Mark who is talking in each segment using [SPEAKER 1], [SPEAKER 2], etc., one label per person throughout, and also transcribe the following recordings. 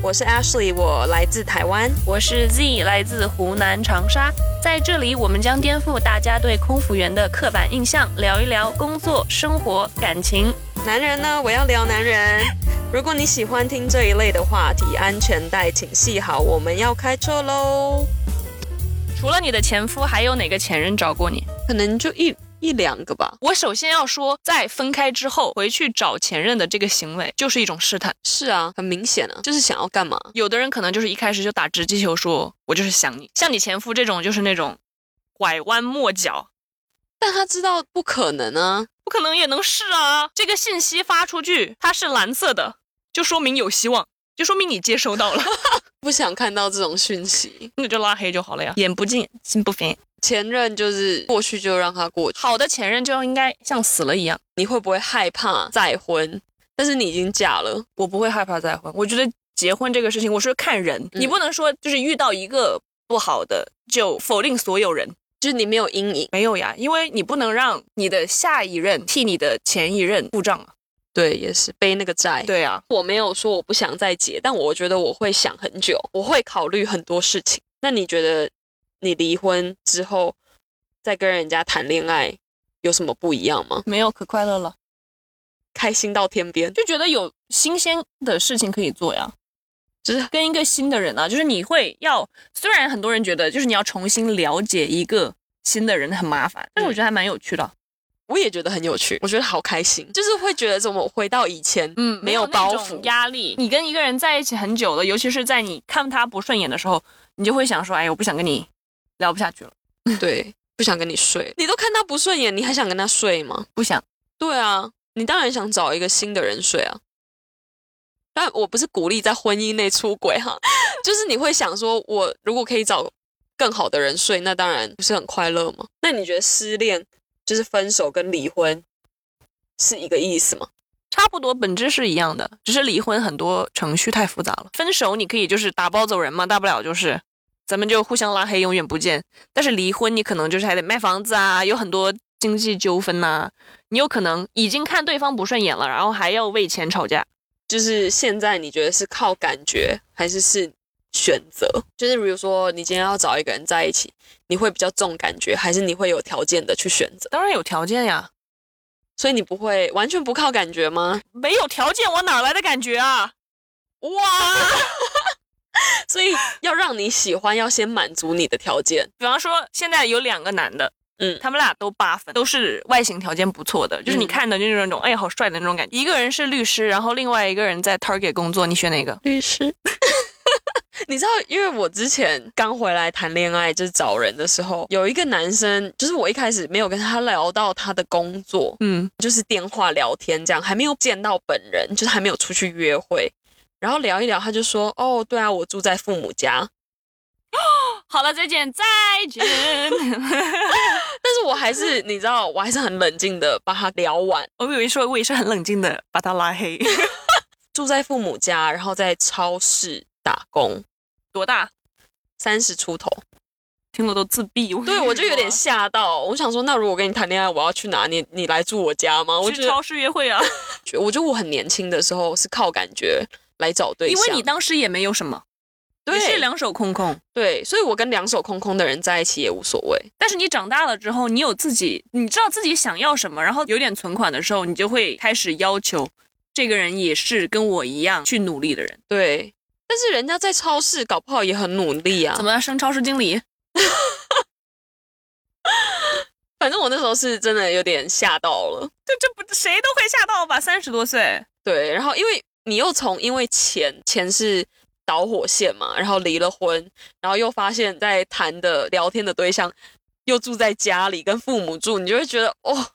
[SPEAKER 1] 我是 Ashley，我来自台湾。
[SPEAKER 2] 我是 Z，来自湖南长沙。在这里，我们将颠覆大家对空服员的刻板印象，聊一聊工作、生活、感情。
[SPEAKER 1] 男人呢？我要聊男人。如果你喜欢听这一类的话题，安全带请系好，我们要开车喽。
[SPEAKER 2] 除了你的前夫，还有哪个前任找过你？
[SPEAKER 1] 可能就一一两个吧。
[SPEAKER 2] 我首先要说，在分开之后回去找前任的这个行为，就是一种试探。
[SPEAKER 1] 是啊，很明显啊，就是想要干嘛？
[SPEAKER 2] 有的人可能就是一开始就打直击球说我就是想你。像你前夫这种，就是那种拐弯抹角，
[SPEAKER 1] 但他知道不可能啊。
[SPEAKER 2] 不可能也能是啊。这个信息发出去，它是蓝色的，就说明有希望，就说明你接收到了，
[SPEAKER 1] 不想看到这种讯息，
[SPEAKER 2] 那就拉黑就好了呀。眼不见心不烦。
[SPEAKER 1] 前任就是过去就让他过去。
[SPEAKER 2] 好的前任就应该像死了一样。
[SPEAKER 1] 你会不会害怕再婚？但是你已经嫁了，
[SPEAKER 2] 我不会害怕再婚，我觉得结婚这个事情，我是看人，你不能说就是遇到一个不好的就否定所有人。
[SPEAKER 1] 就是你没有阴影。
[SPEAKER 2] 没有呀，因为你不能让你的下一任替你的前一任付账啊。
[SPEAKER 1] 对，也是背那个债。
[SPEAKER 2] 对啊，
[SPEAKER 1] 我没有说我不想再结，但我觉得我会想很久，我会考虑很多事情。那你觉得你离婚之后再跟人家谈恋爱有什么不一样吗？
[SPEAKER 2] 没有可快乐了，
[SPEAKER 1] 开心到天边，
[SPEAKER 2] 就觉得有新鲜的事情可以做呀。
[SPEAKER 1] 就是
[SPEAKER 2] 跟一个新的人啊，就是你会要，虽然很多人觉得就是你要重新了解一个新的人很麻烦，但是我觉得还蛮有趣的。
[SPEAKER 1] 我也觉得很有趣，我觉得好开心，就是会觉得怎么回到以前，
[SPEAKER 2] 嗯，
[SPEAKER 1] 没有包
[SPEAKER 2] 那种
[SPEAKER 1] 袱。
[SPEAKER 2] 压力。你跟一个人在一起很久了，尤其是在你看他不顺眼的时候，你就会想说，哎，我不想跟你聊不下去了，
[SPEAKER 1] 对，不想跟你睡，你都看他不顺眼，你还想跟他睡吗？
[SPEAKER 2] 不想。
[SPEAKER 1] 对啊，你当然想找一个新的人睡啊。但我不是鼓励在婚姻内出轨哈， 就是你会想说，我如果可以找更好的人睡，那当然不是很快乐吗？那你觉得失恋就是分手跟离婚是一个意思吗？
[SPEAKER 2] 差不多本质是一样的，只是离婚很多程序太复杂了。分手你可以就是打包走人嘛，大不了就是咱们就互相拉黑，永远不见。但是离婚你可能就是还得卖房子啊，有很多经济纠纷呐、你有可能已经看对方不顺眼了，然后还要为钱吵架。
[SPEAKER 1] 就是现在你觉得是靠感觉还是是选择？就是比如说你今天要找一个人在一起，你会比较重感觉，还是你会有条件的去选择？
[SPEAKER 2] 当然有条件呀，
[SPEAKER 1] 所以你不会完全不靠感觉吗？
[SPEAKER 2] 没有条件我哪来的感觉啊？
[SPEAKER 1] 哇！ 所以要让你喜欢，要先满足你的条件。
[SPEAKER 2] 比方说现在有两个男的，
[SPEAKER 1] 嗯
[SPEAKER 2] 他们俩都八分，都是外形条件不错的，就是你
[SPEAKER 1] 嗯
[SPEAKER 2] 看的就是那种、哎好帅的那种感觉。一个人是律师，然后另外一个人在 Target 工作，你选哪个？
[SPEAKER 1] 律师， 你知道，因为我之前刚回来谈恋爱，就是找人的时候，有一个男生，就是我一开始没有跟他聊到他的工作，
[SPEAKER 2] 嗯，
[SPEAKER 1] 就是电话聊天这样，还没有见到本人，就是还没有出去约会。然后聊一聊，他就说：“哦，对啊，我住在父母家。
[SPEAKER 2] 好了，再见，再见。
[SPEAKER 1] 但是我还是，你知道，我还是很冷静的把他聊完。
[SPEAKER 2] 我以为说我也是很冷静的把他拉黑。
[SPEAKER 1] 住在父母家，然后在超市打工，
[SPEAKER 2] 多大？
[SPEAKER 1] 三十出头，
[SPEAKER 2] 听了都自闭。
[SPEAKER 1] 对我就有 点吓到。我想说，那如果跟你谈恋爱，我要去哪？你你来住我家吗？我觉
[SPEAKER 2] 去
[SPEAKER 1] 得
[SPEAKER 2] 超，市约会啊，
[SPEAKER 1] 我觉得我很年轻的时候是靠感觉来找对
[SPEAKER 2] 因
[SPEAKER 1] 象，
[SPEAKER 2] 为你当时也没有什么，你是
[SPEAKER 1] 对
[SPEAKER 2] 两手空空。
[SPEAKER 1] 对，所以我跟两手空空的人在一起也无所谓。
[SPEAKER 2] 但是你长大了之后，你有自己，你知道自己想要什么，然后有点存款的时候，你就会开始要求这个人也是跟我一样去努力的人。
[SPEAKER 1] 对，但是人家在超市搞不好也很努力啊
[SPEAKER 2] 怎。么升超市经理？
[SPEAKER 1] 反正我那时候是真的有点吓到了。
[SPEAKER 2] 这这不谁都会吓到吧？三十多岁，
[SPEAKER 1] 对，然后因为你又从因为钱钱是导火线嘛，然后离了婚，然后又发现在谈的聊天的对象又住在家里跟父母住，你就会觉得哦，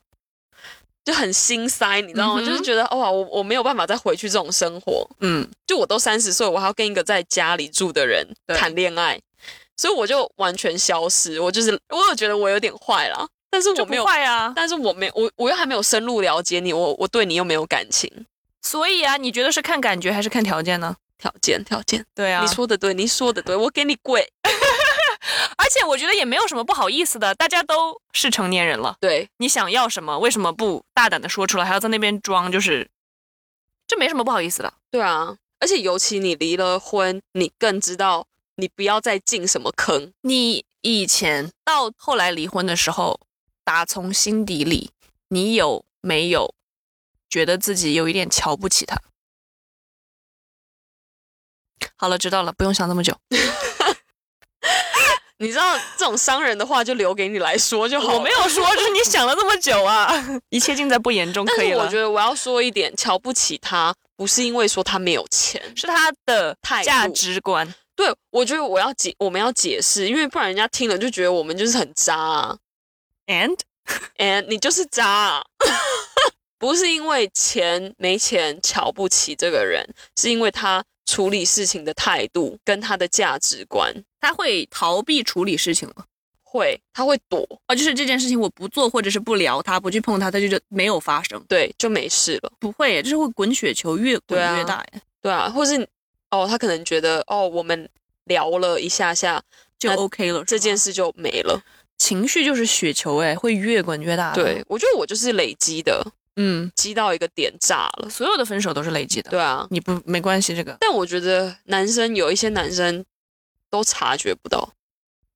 [SPEAKER 1] 就很心塞，你知道吗？
[SPEAKER 2] 嗯哼
[SPEAKER 1] 就是觉得哇，我我没有办法再回去这种生活，
[SPEAKER 2] 嗯，
[SPEAKER 1] 就我都三十岁，我还要跟一个在家里住的人
[SPEAKER 2] 对
[SPEAKER 1] 谈恋爱，所以我就完全消失，我就是我有觉得我有点坏了。但是
[SPEAKER 2] 就
[SPEAKER 1] 我
[SPEAKER 2] 不
[SPEAKER 1] 没有，
[SPEAKER 2] 坏啊。
[SPEAKER 1] 但是我没我我又还没有深入了解你，我我对你又没有感情，
[SPEAKER 2] 所以啊，你觉得是看感觉还是看条件呢？
[SPEAKER 1] 条件条件，
[SPEAKER 2] 对啊
[SPEAKER 1] 你，说的对，你说的对，我给你跪，
[SPEAKER 2] 而且我觉得也没有什么不好意思的，大家都是成年人了，
[SPEAKER 1] 对，
[SPEAKER 2] 你想要什么，为什么不大胆的说出来，还要在那边装？就是这没什么不好意思的。
[SPEAKER 1] 对啊，而且尤其你离了婚，你更知道你不要再进什么坑。
[SPEAKER 2] 你以前到后来离婚的时候，打从心底里，你有没有觉得自己有一点瞧不起他？好了，知道了，不用想那么久。
[SPEAKER 1] 你知道这种伤人的话就留给你来说就好了。
[SPEAKER 2] 我没有说，就是你想了这么久啊， 一切尽在不言中，
[SPEAKER 1] 但
[SPEAKER 2] 可以
[SPEAKER 1] 是
[SPEAKER 2] 了。
[SPEAKER 1] 我觉得我要说一点，瞧不起他不是因为说他没有钱，
[SPEAKER 2] 是他的
[SPEAKER 1] 态度
[SPEAKER 2] 价值观，
[SPEAKER 1] 对我觉得我要解我们要解释，因为不然人家听了就觉得我们就是很渣、啊、
[SPEAKER 2] ，and
[SPEAKER 1] ，and 你就是渣、啊。 不是因为钱没钱瞧不起这个人，是因为他处理事情的态度跟他的价值观
[SPEAKER 2] 他会逃避处理事情吗？
[SPEAKER 1] 会，他会躲，
[SPEAKER 2] 啊，就是这件事情我不做，或者是不聊他，不去碰他，他就就没有发生。
[SPEAKER 1] 对，就没事了。
[SPEAKER 2] 不会耶，就是会滚雪球越滚
[SPEAKER 1] 对啊
[SPEAKER 2] 越大耶，
[SPEAKER 1] 对啊，或是哦，他可能觉得哦，我们聊了一下下，
[SPEAKER 2] 就
[SPEAKER 1] 那
[SPEAKER 2] OK 了。
[SPEAKER 1] 这件
[SPEAKER 2] 事
[SPEAKER 1] 事就没了。
[SPEAKER 2] 情绪就是雪球，哎，会越滚越大。
[SPEAKER 1] 对，，我觉得我就是累积的，
[SPEAKER 2] 嗯，
[SPEAKER 1] 积到一个点炸了。
[SPEAKER 2] 所有的分手都是累积的。
[SPEAKER 1] 对啊，
[SPEAKER 2] 你不没关系，这个
[SPEAKER 1] 但我觉得男生有一些男生都察觉不到，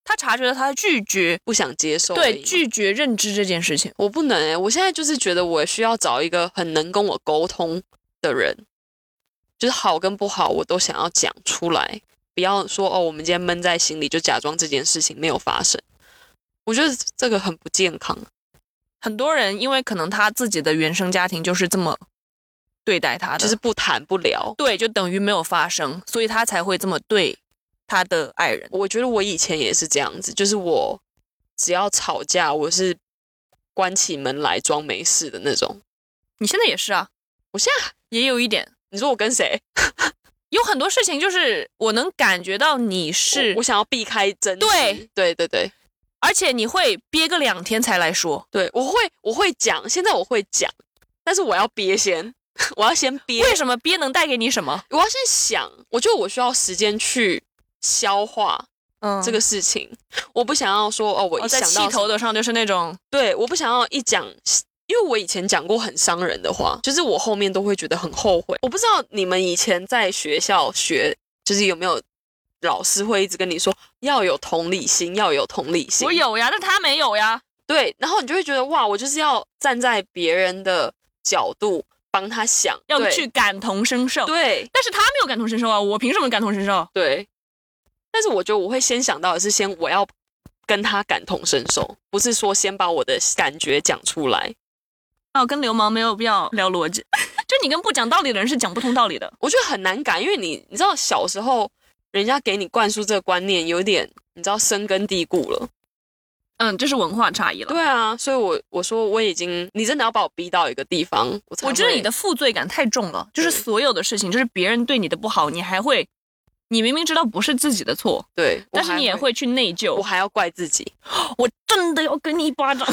[SPEAKER 2] 他察觉到他拒绝，
[SPEAKER 1] 不想接受而已。
[SPEAKER 2] 对拒绝认知这件事情。
[SPEAKER 1] 我不能诶、我现在就是觉得我需要找一个很能跟我沟通的人，就是好跟不好我都想要讲出来，不要说哦，我们今天闷在心里，就假装这件事情没有发生。我觉得这个很不健康。
[SPEAKER 2] 很多人因为可能他自己的原生家庭就是这么对待他的，
[SPEAKER 1] 就是不谈不聊。
[SPEAKER 2] 对，就等于没有发生，所以他才会这么对他的爱人。
[SPEAKER 1] 我觉得我以前也是这样子，就是我只要吵架，我是关起门来装没事的那种。
[SPEAKER 2] 你现在也是啊，
[SPEAKER 1] 我现在
[SPEAKER 2] 也有一点，
[SPEAKER 1] 你说我跟谁？
[SPEAKER 2] 有很多事情就是我能感觉到你是
[SPEAKER 1] 我我，想要避开争执。
[SPEAKER 2] 对
[SPEAKER 1] 对对对
[SPEAKER 2] 而且你会憋个两天才来说。
[SPEAKER 1] 对，我会我会讲，现在我会讲，但是我要憋先，我要先憋，
[SPEAKER 2] 为什么憋能带给你什么？
[SPEAKER 1] 我要先想。我觉得我需要时间去消化
[SPEAKER 2] 嗯
[SPEAKER 1] 这个事情，我不想要说哦，我一
[SPEAKER 2] 哦在
[SPEAKER 1] 想到
[SPEAKER 2] 气
[SPEAKER 1] 什
[SPEAKER 2] 头
[SPEAKER 1] 么
[SPEAKER 2] 的上就是那种
[SPEAKER 1] 对，我不想要一讲，因为我以前讲过很伤人的话，就是我后面都会觉得很后悔。我不知道你们以前在学校学，就是有没有老师会一直跟你说要有同理心，要有同理心。
[SPEAKER 2] 我有呀，但他没有呀。
[SPEAKER 1] 对，然后你就会觉得哇，我就是要站在别人的角度帮他想，
[SPEAKER 2] 要
[SPEAKER 1] 对
[SPEAKER 2] 去感同身受。
[SPEAKER 1] 对
[SPEAKER 2] 但是他没有感同身受啊，我凭什么感同身受？
[SPEAKER 1] 对。但是我觉得我会先想到的是，先我要跟他感同身受，不是说先把我的感觉讲出来。
[SPEAKER 2] 哦，跟流氓没有必要聊逻辑， 就你跟不讲道理的人是讲不通道理的。
[SPEAKER 1] 我觉得很难改，因为你你知道小时候人家给你灌输这个观念，有点你知道深根蒂固了。
[SPEAKER 2] 嗯，这是文化差异了。
[SPEAKER 1] 对啊，所以我我说我已经，你真的要把我逼到一个地方，我才
[SPEAKER 2] 我觉得
[SPEAKER 1] 会
[SPEAKER 2] 你的负罪感太重了，就是
[SPEAKER 1] 对
[SPEAKER 2] 所有的事情，就是别人对你的不好，你还会，你明明知道不是自己的错，
[SPEAKER 1] 对，我
[SPEAKER 2] 但是
[SPEAKER 1] 还
[SPEAKER 2] 你也，会去内疚。
[SPEAKER 1] 我
[SPEAKER 2] 我
[SPEAKER 1] 还要怪自己，
[SPEAKER 2] 真的要给你一巴 掌，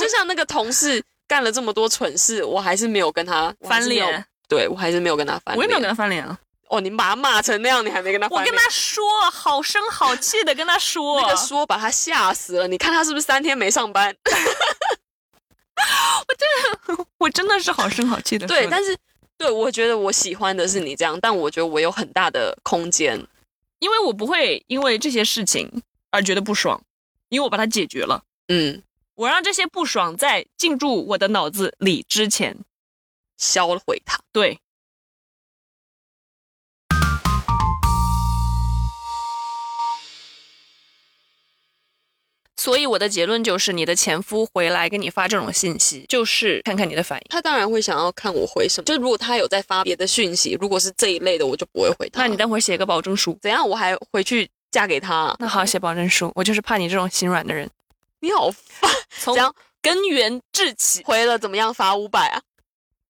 [SPEAKER 1] 就像那个同事干了这么多蠢事，我还是没有跟他我还
[SPEAKER 2] 翻
[SPEAKER 1] 是没有
[SPEAKER 2] 脸，
[SPEAKER 1] 对我还是没有跟他翻脸，
[SPEAKER 2] 我也没有跟他翻脸啊，
[SPEAKER 1] 哦，你把他骂成那样，你还没跟他翻
[SPEAKER 2] 我
[SPEAKER 1] 脸，
[SPEAKER 2] 跟他说，好声好气的跟他 说，
[SPEAKER 1] 那个说把他吓死了，你看他是不是三天没上班？
[SPEAKER 2] 我真的是好声好气 的。
[SPEAKER 1] 对，但是对我觉得我喜欢的是你这样，但我觉得我有很大的空间。
[SPEAKER 2] 因为我不会因为这些事情而觉得不爽，因为我把它解决了，
[SPEAKER 1] 嗯，
[SPEAKER 2] 我让这些不爽在进入我的脑子里之前，
[SPEAKER 1] 销毁它。
[SPEAKER 2] 对。所以我的结论就是，你的前夫回来给你发这种信息，就是看看你的反应。
[SPEAKER 1] 他当然会想要看我回什么。就如果他有在发别的讯息，如果是这一类的，我就不会回他。
[SPEAKER 2] 那你待会儿写个保证书。
[SPEAKER 1] 怎样？我还回去嫁给他？
[SPEAKER 2] 那好，写保证书。我就是怕你这种心软的人，
[SPEAKER 1] 你好烦。
[SPEAKER 2] 从
[SPEAKER 1] 怎样
[SPEAKER 2] 根源治 起。
[SPEAKER 1] 回了怎么样？罚五百啊？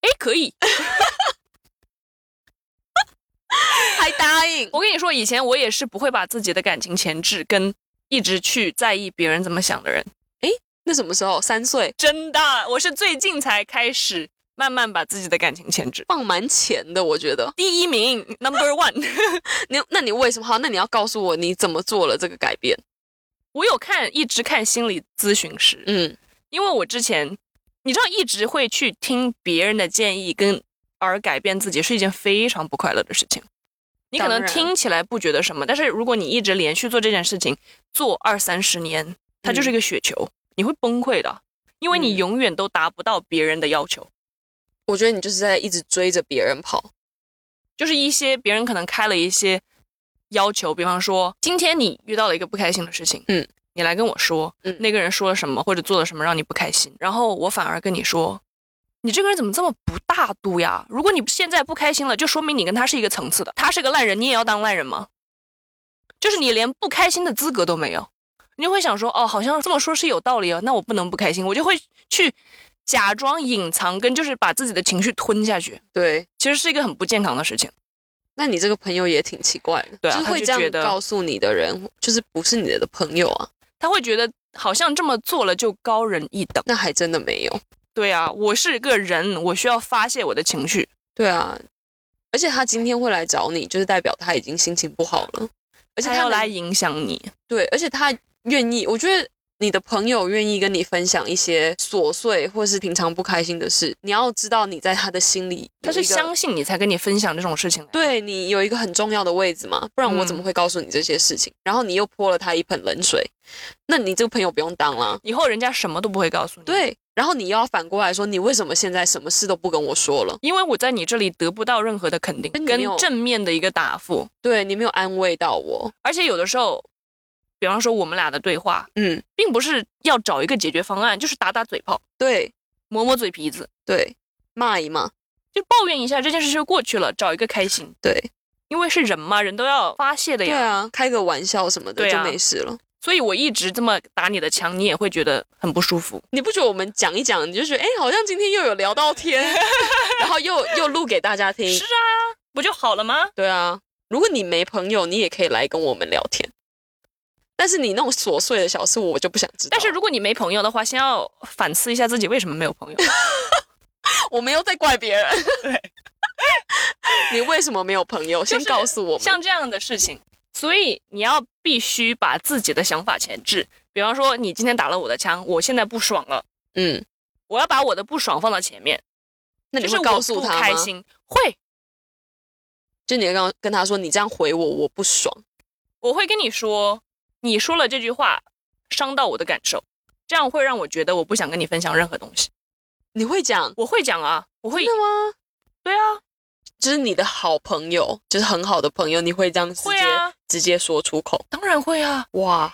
[SPEAKER 2] 哎，可以。
[SPEAKER 1] 还答应？
[SPEAKER 2] 我跟你说，以前我也是不会把自己的感情前置，跟一直去在意别人怎么想的人。
[SPEAKER 1] 那什么时候？三岁，
[SPEAKER 2] 真的，我是最近才开始慢慢把自己的感情牵制。
[SPEAKER 1] 放蛮前的，我觉得。
[SPEAKER 2] 第一名，Number One，
[SPEAKER 1] 你那你为什么好？那你要告诉我你怎么做了这个改变？
[SPEAKER 2] 我有看，一直看心理咨询师，
[SPEAKER 1] 嗯
[SPEAKER 2] 因为我之前你知道，一直会去听别人的建议跟而改变自己是一件非常不快乐的事情。你可
[SPEAKER 1] 当
[SPEAKER 2] 能
[SPEAKER 1] 然
[SPEAKER 2] 听起来不觉得什么，但是如果你一直连续做这件事情，做二三十年，它就是一个雪球，你会崩溃的，因为
[SPEAKER 1] 嗯
[SPEAKER 2] 你永远都达不到别人的要求。
[SPEAKER 1] 我觉得你就是在一直追着别人跑。
[SPEAKER 2] 就是一些别人可能开了一些要求，比方说今天你遇到了一个不开心的事情，
[SPEAKER 1] 嗯，
[SPEAKER 2] 你来跟我说，
[SPEAKER 1] 嗯
[SPEAKER 2] 那个人说了什么或者做了什么让你不开心，然后我反而跟你说，你这个人怎么这么不大度呀？如果你现在不开心了，就说明你跟他是一个层次的，他是个烂人，你也要当烂人吗？就是你连不开心的资格都没有，你就会想说，哦，好像这么说是有道理哦，那我不能不开心，我就会去假装隐藏，跟就是把自己的情绪吞下去，
[SPEAKER 1] 对，
[SPEAKER 2] 其实是一个很不健康的事情。
[SPEAKER 1] 那你这个朋友也挺奇怪的，
[SPEAKER 2] 对啊
[SPEAKER 1] 就是
[SPEAKER 2] 他
[SPEAKER 1] 会
[SPEAKER 2] 就
[SPEAKER 1] 这样
[SPEAKER 2] 觉得
[SPEAKER 1] 告诉你的人，就是不是你的朋友啊？
[SPEAKER 2] 他会觉得好像这么做了就高人一等。
[SPEAKER 1] 那还真的没有。
[SPEAKER 2] 对啊，我是个人，我需要发泄我的情绪。
[SPEAKER 1] 对啊，而且他今天会来找你，就是代表他已经心情不好了，而且
[SPEAKER 2] 而且他
[SPEAKER 1] 他
[SPEAKER 2] 要
[SPEAKER 1] 能
[SPEAKER 2] 来影响你，
[SPEAKER 1] 对，而且他愿意，我觉得你的朋友愿意跟你分享一些琐碎或是平常不开心的事，你要知道你在他的心里有
[SPEAKER 2] 他是
[SPEAKER 1] 一个
[SPEAKER 2] 相信你才跟你分享这种事情的。
[SPEAKER 1] 对你有一个很重要的位置嘛，不然我怎
[SPEAKER 2] 嗯
[SPEAKER 1] 么会告诉你这些事情？然后你又泼了他一盆冷水，那你这个朋友不用当啦。
[SPEAKER 2] 以后人家什么都不会告诉你。，
[SPEAKER 1] 对，然后你又要反过来说，你为什么现在什么事都不跟我说了？
[SPEAKER 2] 因为我在你这里得不到任何的肯定
[SPEAKER 1] 跟你没有
[SPEAKER 2] 跟正面的一个答复，
[SPEAKER 1] 对你没有安慰到我，
[SPEAKER 2] 而且有的时候，比方说我们俩的对话，
[SPEAKER 1] 嗯，
[SPEAKER 2] 并不是要找一个解决方案，就是打打嘴炮，
[SPEAKER 1] 对
[SPEAKER 2] 磨磨嘴皮子，
[SPEAKER 1] 对，骂一骂，
[SPEAKER 2] 就抱怨一下这件事就过去了，找一个开心，
[SPEAKER 1] 对
[SPEAKER 2] 因为是人嘛，人都要发泄的
[SPEAKER 1] 对
[SPEAKER 2] 呀。
[SPEAKER 1] 啊，开个玩笑什么的
[SPEAKER 2] 对
[SPEAKER 1] 就
[SPEAKER 2] 啊
[SPEAKER 1] 没事了。
[SPEAKER 2] 所以我一直这么打你的枪，你也会觉得很不舒服。
[SPEAKER 1] 你不觉得我们讲一讲，你就觉得哎，好像今天又有聊到 天，然后又又录给大家听。
[SPEAKER 2] 是啊，不就好了吗？
[SPEAKER 1] 对啊，如果你没朋友，你也可以来跟我们聊天。但是你那种琐碎的小事，我就不想知道。
[SPEAKER 2] 但是如果你没朋友的话，先要反思一下自己为什么没有 朋友。
[SPEAKER 1] 我没有在怪别人。你为什么没有朋友？
[SPEAKER 2] 就
[SPEAKER 1] 先
[SPEAKER 2] 是
[SPEAKER 1] 告诉我们。
[SPEAKER 2] 像这样的事情，所以你要必须把自己的想法前置。比方说，你今天打了我的枪，我现在不爽了，
[SPEAKER 1] 嗯，
[SPEAKER 2] 我要把我的不爽放到前面。
[SPEAKER 1] 那你
[SPEAKER 2] 就是
[SPEAKER 1] 会
[SPEAKER 2] 我
[SPEAKER 1] 告诉
[SPEAKER 2] 不
[SPEAKER 1] 他
[SPEAKER 2] 开
[SPEAKER 1] 吗？
[SPEAKER 2] 心，会，
[SPEAKER 1] 就你刚跟他说，你这样回我，我不爽。
[SPEAKER 2] 我会跟你说，你说了这句话，伤到我的感受，这样会让我觉得我不想跟你分享任何东西。
[SPEAKER 1] 你会讲
[SPEAKER 2] 我会讲啊，我会
[SPEAKER 1] 真的，吗？
[SPEAKER 2] 对啊，
[SPEAKER 1] 就是你的好朋友，就是很好的朋友，你会这样直
[SPEAKER 2] 会
[SPEAKER 1] 接、
[SPEAKER 2] 啊
[SPEAKER 1] 直接说出口。
[SPEAKER 2] 当然会啊。
[SPEAKER 1] 哇，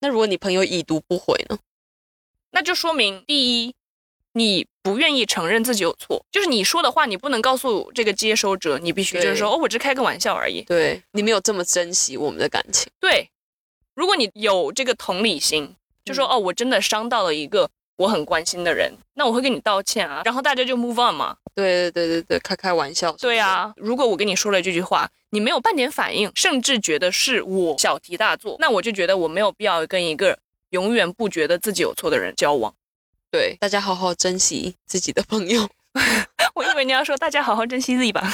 [SPEAKER 1] 那如果你朋友已读不回呢？
[SPEAKER 2] 那就说明第一，你不愿意承认自己有错，就是你说的话，你不能告诉这个接收者，你必须就是说，哦，我只开个玩笑而已。
[SPEAKER 1] 对你没有这么珍惜我们的感情，
[SPEAKER 2] 对，如果你有这个同理心，就说，
[SPEAKER 1] 嗯
[SPEAKER 2] 哦，我真的伤到了一个我很关心的人，那我会跟你道歉啊，然后大家就 move on 嘛。
[SPEAKER 1] 对对对对对，开开玩笑，
[SPEAKER 2] 对，啊，如果我跟你说了这句话，你没有半点反应，甚至觉得是我小题大做，那我就觉得我没有必要跟一个永远不觉得自己有错的人交往。
[SPEAKER 1] 对，大家好好珍惜自己的朋友，
[SPEAKER 2] 我以为你要说大家好好珍惜自己吧，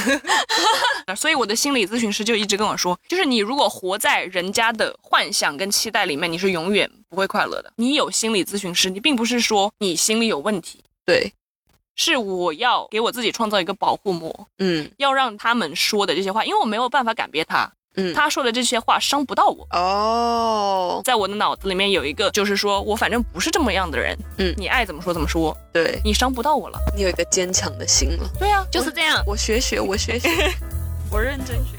[SPEAKER 2] 所以我的心理咨询师就一直跟我说，就是你如果活在人家的幻想跟期待里面，你是永远不会快乐的。你有心理咨询师，你并不是说你心里有问题，
[SPEAKER 1] 对，
[SPEAKER 2] 是我要给我自己创造一个保护膜，
[SPEAKER 1] 嗯
[SPEAKER 2] 要让他们说的这些话，因为我没有办法改变他，
[SPEAKER 1] 嗯，
[SPEAKER 2] 他说的这些话伤不到我。
[SPEAKER 1] 哦，
[SPEAKER 2] 在我的脑子里面有一个，就是说我反正不是这么样的人，
[SPEAKER 1] 嗯
[SPEAKER 2] 你爱怎么说怎么说，
[SPEAKER 1] 对
[SPEAKER 2] 你伤不到我了。
[SPEAKER 1] 你有一个坚强的心了，
[SPEAKER 2] 对啊，就是这样，
[SPEAKER 1] 我学学，我学学。
[SPEAKER 2] 我认真学。